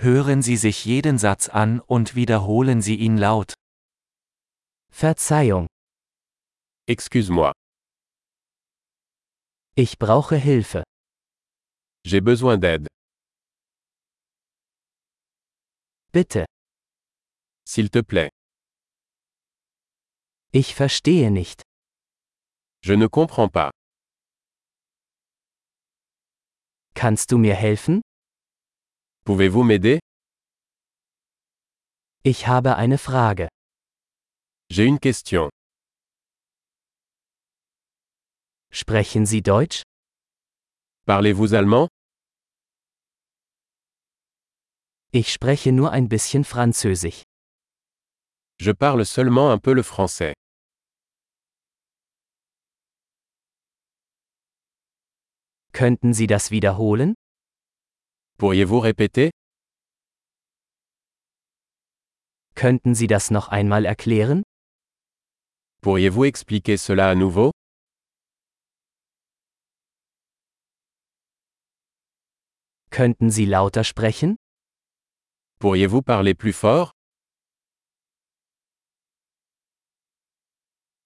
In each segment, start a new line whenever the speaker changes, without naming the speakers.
Hören Sie sich jeden Satz an und wiederholen Sie ihn laut.
Verzeihung,
Excuse-moi,
ich brauche Hilfe.
j'ai besoin d'aide.
Bitte,
S'il te plaît,
ich verstehe nicht.
je ne comprends pas.
Kannst du mir helfen?
Pouvez-vous m'aider
Ich habe eine Frage.
J'ai une question.
Sprechen Sie Deutsch?
Parlez-vous allemand
Ich spreche nur ein bisschen Französisch.
Je parle seulement un peu le français.
Könnten Sie das wiederholen?
Pourriez-vous répéter
Könnten Sie das noch einmal erklären?
Pourriez-vous expliquer cela à nouveau
Könnten Sie lauter sprechen?
Pourriez-vous parler plus fort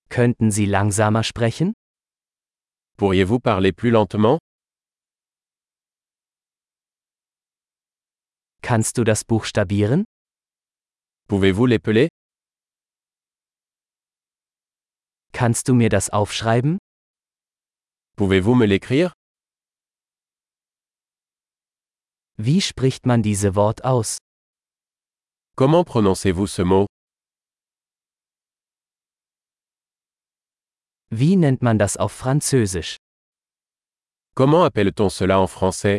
Könnten Sie langsamer sprechen?
Pourriez-vous parler plus lentement
Kannst du das buchstabieren?
Pouvez-vous l'épeler
Kannst du mir das aufschreiben?
Pouvez-vous me l'écrire
Wie spricht man diese Wort aus?
Comment prononcez-vous ce mot
Wie nennt man das auf Französisch?
Comment appelle-t-on cela en français